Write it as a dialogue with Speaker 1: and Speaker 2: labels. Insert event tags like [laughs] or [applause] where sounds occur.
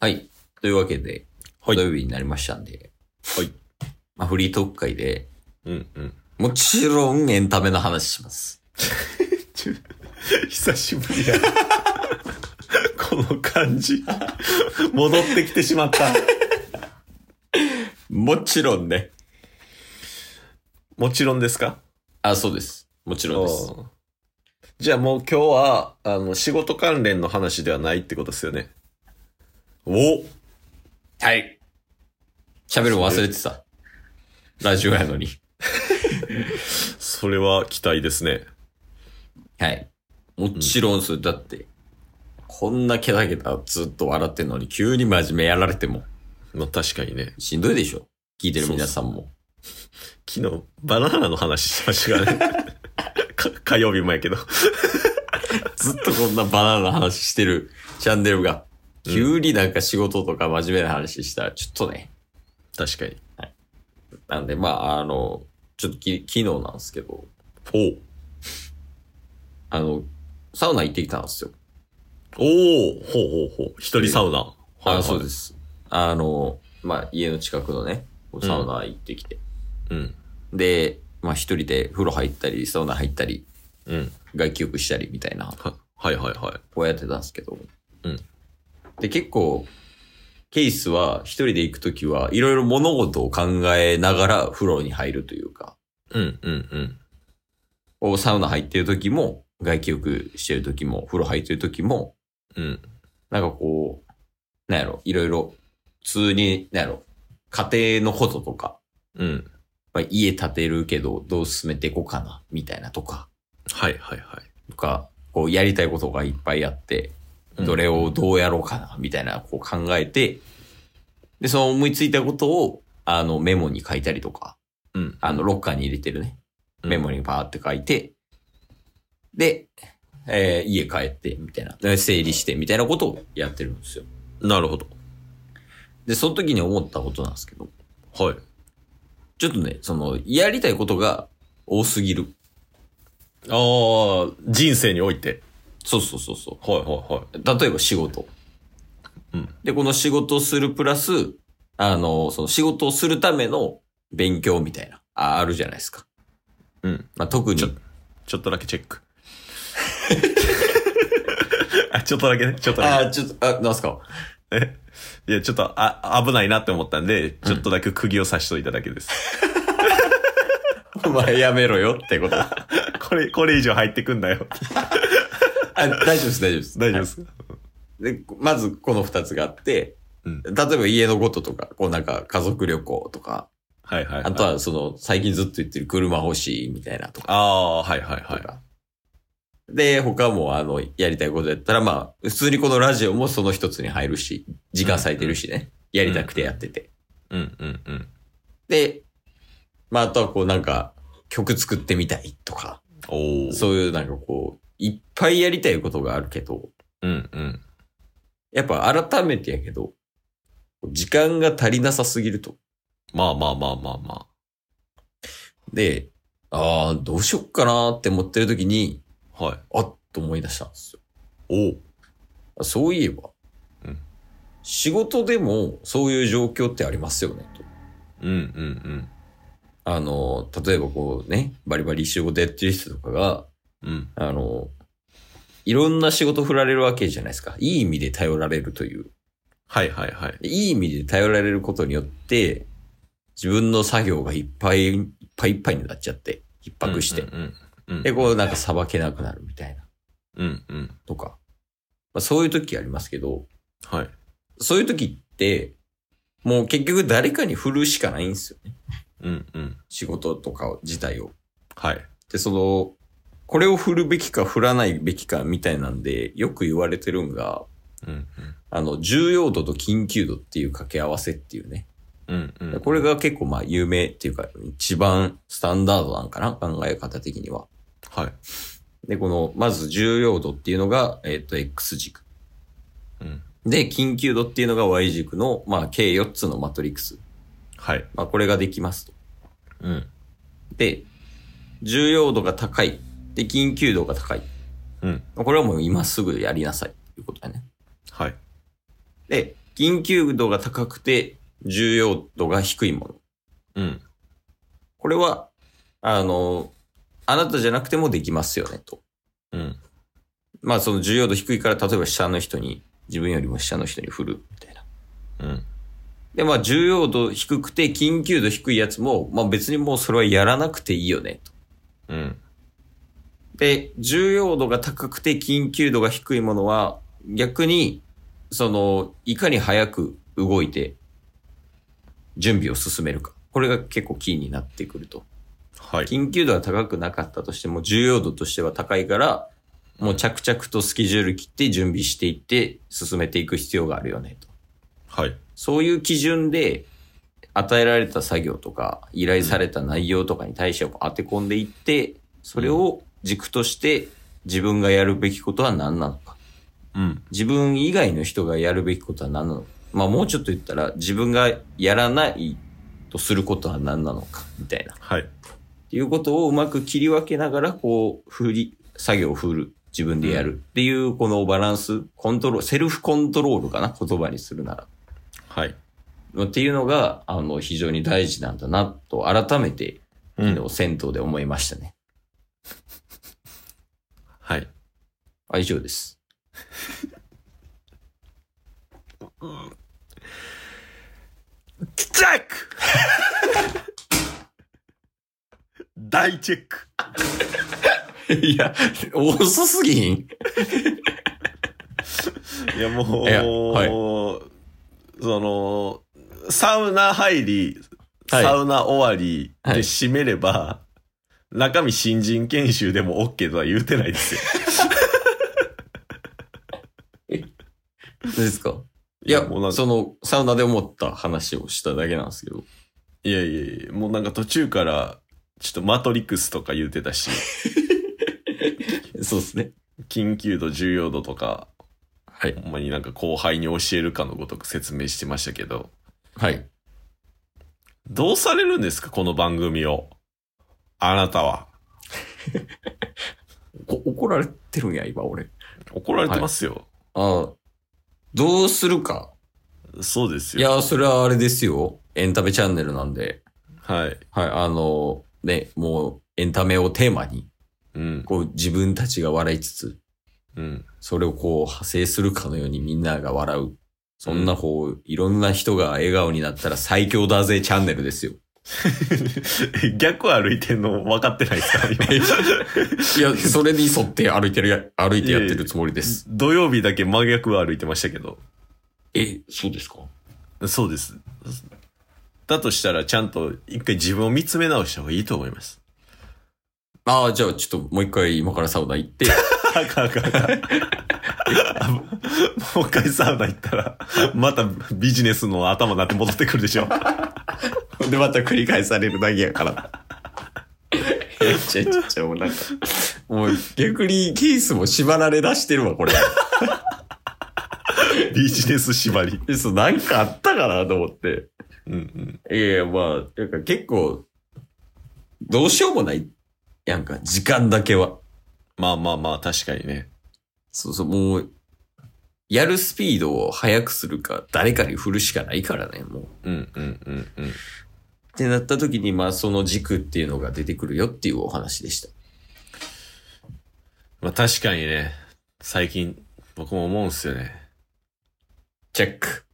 Speaker 1: はい。というわけで、
Speaker 2: はい
Speaker 1: 土曜日になりましたんで。
Speaker 2: はい。
Speaker 1: まあ、フリートーク会で、
Speaker 2: うんうん。
Speaker 1: もちろんエンタメの話します。
Speaker 2: [laughs] 久しぶりや。 [laughs] この感じ。戻ってきてしまった。
Speaker 1: もちろんね。
Speaker 2: もちろんですか
Speaker 1: あ、そうです。もちろんです。
Speaker 2: おーじゃあもう今日は、あの、仕事関連の話ではないってことですよね。お
Speaker 1: はい。喋るの忘れてた。ラジオやのに。
Speaker 2: それは期待ですね。
Speaker 1: はい。もちろんそれ、だって、こんなケタケタずっと笑ってんのに、急に真面目やられても、
Speaker 2: まあ確かにね。
Speaker 1: しんどいでしょ。聞いてる皆さんも。
Speaker 2: 昨日、バナナの話しましたから [laughs] ね。か火曜日前やけど。
Speaker 1: ずっとこんなバナナの話してるチャンネルが、急になんか仕事とか真面目な話したら、ちょっとね。
Speaker 2: 確かに。
Speaker 1: なんで、まあ、あの、ちょっとき昨日なんですけど、あの、サウナ行ってきたんですよ。
Speaker 2: おおほうほうほう。一人サウナ。はいは
Speaker 1: あ
Speaker 2: い
Speaker 1: そうです。あの、まあ、家の近くのね、サウナ行ってきて。
Speaker 2: うん。
Speaker 1: で、まあ、一人で風呂入ったり、サウナ入ったり、
Speaker 2: うん。
Speaker 1: 外気浴したりみたいな、
Speaker 2: は、はいはいはい。
Speaker 1: こうやってたんですけど。
Speaker 2: うん。
Speaker 1: で、結構、ケイスは一人で行くときはいろいろ物事を考えながら風呂に入るというか、
Speaker 2: うんうんうん。
Speaker 1: おサウナ入ってるときも、外気浴してるときも、風呂入ってるときも、
Speaker 2: うん。
Speaker 1: なんかこう、なんやろ、いろいろ、普通に、なんやろ、家庭のこととか、
Speaker 2: うん。
Speaker 1: まあ、家建てるけど、どう進めていこうかな、みたいなとか、
Speaker 2: はいはいはい。
Speaker 1: とか、こう、やりたいことがいっぱいあって、
Speaker 2: うん
Speaker 1: どれをどうやろうかな、みたいな、こう考えて、で、その思いついたことを、あの、メモに書いたりとか、
Speaker 2: うん。
Speaker 1: あの、ロッカーに入れてるね、
Speaker 2: うん
Speaker 1: メモにバーって書いて、で、えー家帰って、みたいな、で整理して、みたいなことをやってるんですよ。
Speaker 2: なるほど。
Speaker 1: で、その時に思ったことなんですけど、
Speaker 2: はい。
Speaker 1: ちょっとね、その、やりたいことが多すぎる。
Speaker 2: ああ、人生において。
Speaker 1: そうそうそうそ
Speaker 2: はいはいは
Speaker 1: う。例えば仕事。
Speaker 2: うん
Speaker 1: で、この仕事をするプラス、あの、その仕事をするための勉強みたいな、ああるじゃないですか。
Speaker 2: い。うん。
Speaker 1: まあ、特に、
Speaker 2: ちょっとだけチェック。 [laughs] あ、ちょっとだけね。ちょっとだ
Speaker 1: ああ、ちょっと、あ、なんすか [laughs]
Speaker 2: け。いや、ちょっと、あ、危ないなって思ったんで、ちょっとだけ釘を刺しといただけです。
Speaker 1: お前やめろよってこと。 [laughs] あ
Speaker 2: [laughs] これ、これ以上入ってくんなよ。
Speaker 1: 大丈夫です、 [laughs] 大丈夫です。
Speaker 2: 大丈夫ですか、
Speaker 1: はいで、まずこの二つがあって、
Speaker 2: うん
Speaker 1: 例えば家のこととか、こうなんか家族旅行とか、
Speaker 2: はい、はいはい
Speaker 1: あとはその最近ずっと言ってる車欲しいみたいなとか
Speaker 2: ああー、はいはい
Speaker 1: と
Speaker 2: はい。
Speaker 1: か。で、他も、あの、やりたいことやったら、まあ、普通にこのラジオもその一つに入るし、時間割いてるしね、やりたくてやってて。
Speaker 2: うんうんうん。
Speaker 1: で、まあ、あとはこう、なんか、曲作ってみたいとか、
Speaker 2: おお。
Speaker 1: そういうなんかこう、いっぱいやりたいことがあるけど、
Speaker 2: うんうん。
Speaker 1: やっぱ改めてやけど、時間が足りなさすぎると。
Speaker 2: まあまあまあまあま
Speaker 1: で、ああ、どうしよっかなーって思ってる時に、
Speaker 2: あ。はい。
Speaker 1: あっと思い出したんですよ
Speaker 2: おう
Speaker 1: あそういえば、
Speaker 2: うん
Speaker 1: 仕事でもそういう状況ってありますよね、と。
Speaker 2: うんうん
Speaker 1: あの、例えばこうね、バリバリ仕事やってる人とかが、
Speaker 2: うん。うん。
Speaker 1: あの、いろんな仕事振られるわけじゃないですか。いい意味で頼られるという。
Speaker 2: はいはいはい。
Speaker 1: でいい意味で頼られることによって、自分の作業がいっぱいいっぱいいっぱいになっちゃって、逼迫して。
Speaker 2: うんうんうん。
Speaker 1: で、こうなんか裁けなくなるみたいな、
Speaker 2: うんうん。
Speaker 1: とか。まあ、そういう時ありますけど、
Speaker 2: はい。
Speaker 1: そういう時って、もう結局誰かに振るしかないんですよね。
Speaker 2: うんうん。
Speaker 1: 仕事とかを自体を。
Speaker 2: はい。
Speaker 1: で、その、これを振るべきか振らないべきかみたいなんで、よく言われてるんが、
Speaker 2: うん
Speaker 1: あの、重要度と緊急度っていう掛け合わせっていうね。
Speaker 2: うん。うんうん。
Speaker 1: これが結構まあ有名っていうか、一番スタンダードなんかな考え方的には。
Speaker 2: はい。
Speaker 1: で、この、まず重要度っていうのが、えっ、と、X 軸。
Speaker 2: うん。
Speaker 1: で、緊急度っていうのが Y 軸の、まあ、計4つのマトリックス。
Speaker 2: はい。
Speaker 1: まあ、これができますと。
Speaker 2: うん。
Speaker 1: で、重要度が高い。で、緊急度が高い。
Speaker 2: うん。
Speaker 1: これはもう今すぐやりなさい。ということだね。
Speaker 2: はい。
Speaker 1: で、緊急度が高くて重要度が低いもの。
Speaker 2: うん。
Speaker 1: これは、あの、あなたじゃなくてもできますよね、と。
Speaker 2: うん。
Speaker 1: まあその重要度低いから、例えば下の人に、自分よりも下の人に振る、みたいな。
Speaker 2: うん。
Speaker 1: で、まあ重要度低くて緊急度低いやつも、まあ別にもうそれはやらなくていいよね、と。
Speaker 2: うん。
Speaker 1: で、重要度が高くて緊急度が低いものは、逆に、その、いかに早く動いて、準備を進めるか。これが結構キーになってくると。
Speaker 2: はい。
Speaker 1: 緊急度は高くなかったとしても、重要度としては高いから、もう着々とスケジュール切って準備していって進めていく必要があるよねと。
Speaker 2: はい。
Speaker 1: そういう基準で与えられた作業とか依頼された内容とかに対してこう当て込んでいって、それを軸として自分がやるべきことは何なのか。
Speaker 2: うん。
Speaker 1: 自分以外の人がやるべきことは何なのか。まあもうちょっと言ったら自分がやらないとすることは何なのかみたいな。
Speaker 2: はい。
Speaker 1: っていうことをうまく切り分けながら、こう、振り、作業を振る。自分でやるっていう、このバランス、コントロール、セルフコントロールかな言葉にするな
Speaker 2: はい。
Speaker 1: ら。っていうのが、あの、非常に大事なんだな、と、改めて、
Speaker 2: う
Speaker 1: 昨日、銭湯で思いましたね。
Speaker 2: はい。
Speaker 1: あ以上です。 [laughs]
Speaker 2: チェック [laughs] 大チェック
Speaker 1: いや、遅すぎん
Speaker 2: いや、もう、
Speaker 1: いやはい
Speaker 2: その、サウナ入り、
Speaker 1: はい
Speaker 2: サウナ終わり
Speaker 1: はい
Speaker 2: で締めれば、中身新人研修でも OK とは言うてないですよ。
Speaker 1: ですかいや、
Speaker 2: もうなんか
Speaker 1: その、サウナで思った話をしただけなんですけど。
Speaker 2: いやいやいや、もうなんか途中から、ちょっとマトリックスとか言うてたし、
Speaker 1: そうですね。
Speaker 2: 緊急度、重要度とか、
Speaker 1: はい。
Speaker 2: ほんまになんか後輩に教えるかのごとく説明してましたけど、
Speaker 1: はい。
Speaker 2: どうされるんですかこの番組を。あなたは。
Speaker 1: こ怒られてるんや、今、俺。
Speaker 2: 怒られてますよ。
Speaker 1: ああ。どうするか。
Speaker 2: そうです
Speaker 1: い
Speaker 2: よ。
Speaker 1: や、それはあれですよ。エンタメチャンネルなんで。
Speaker 2: はい。
Speaker 1: はい、あの、ね、もう、エンタメをテーマに、
Speaker 2: うん。
Speaker 1: こう、自分たちが笑いつつ、
Speaker 2: うん。 [laughs]
Speaker 1: それをこう、派生するかのようにみんなが笑う。そんなこう、いろんな人が笑顔になったら最強だぜチャンネルですよ。
Speaker 2: 逆歩いてんの分かってないですか今
Speaker 1: いや、それに沿って歩いてるや、歩いてやってるつもりです。
Speaker 2: 土曜日だけ真逆歩いてましたけど。
Speaker 1: え、そうですか
Speaker 2: そうです。だとしたら、ちゃんと一回自分を見つめ直した方がいいと思います。
Speaker 1: ああ、じゃあちょっともう一回今からサウナ行って、
Speaker 2: あかんあかんあかんあもう一回サウナ行ったら、またビジネスの頭になって戻ってくるでしょ。
Speaker 1: で、また繰り返されるだけやから。え、ちゃちゃちゃ、もうなんか、もう逆にケースも縛られ出してるわ、これ。
Speaker 2: ビジネス縛り。
Speaker 1: でそう、なんかあったかなと思って。
Speaker 2: うんうん。
Speaker 1: いやいや、まあ、なんか結構、どうしようもない。やんか、時間だけは。
Speaker 2: まあまあまあ、確かにね。
Speaker 1: そうそう、もう、やるスピードを速くするか、誰かに振るしかないからね、もう。
Speaker 2: うんうんうんうん。
Speaker 1: ってなった時に、まあ、その軸っていうのが出てくるよっていうお話でした。
Speaker 2: まあ確かにね、最近僕も思うんすよね。
Speaker 1: チェック。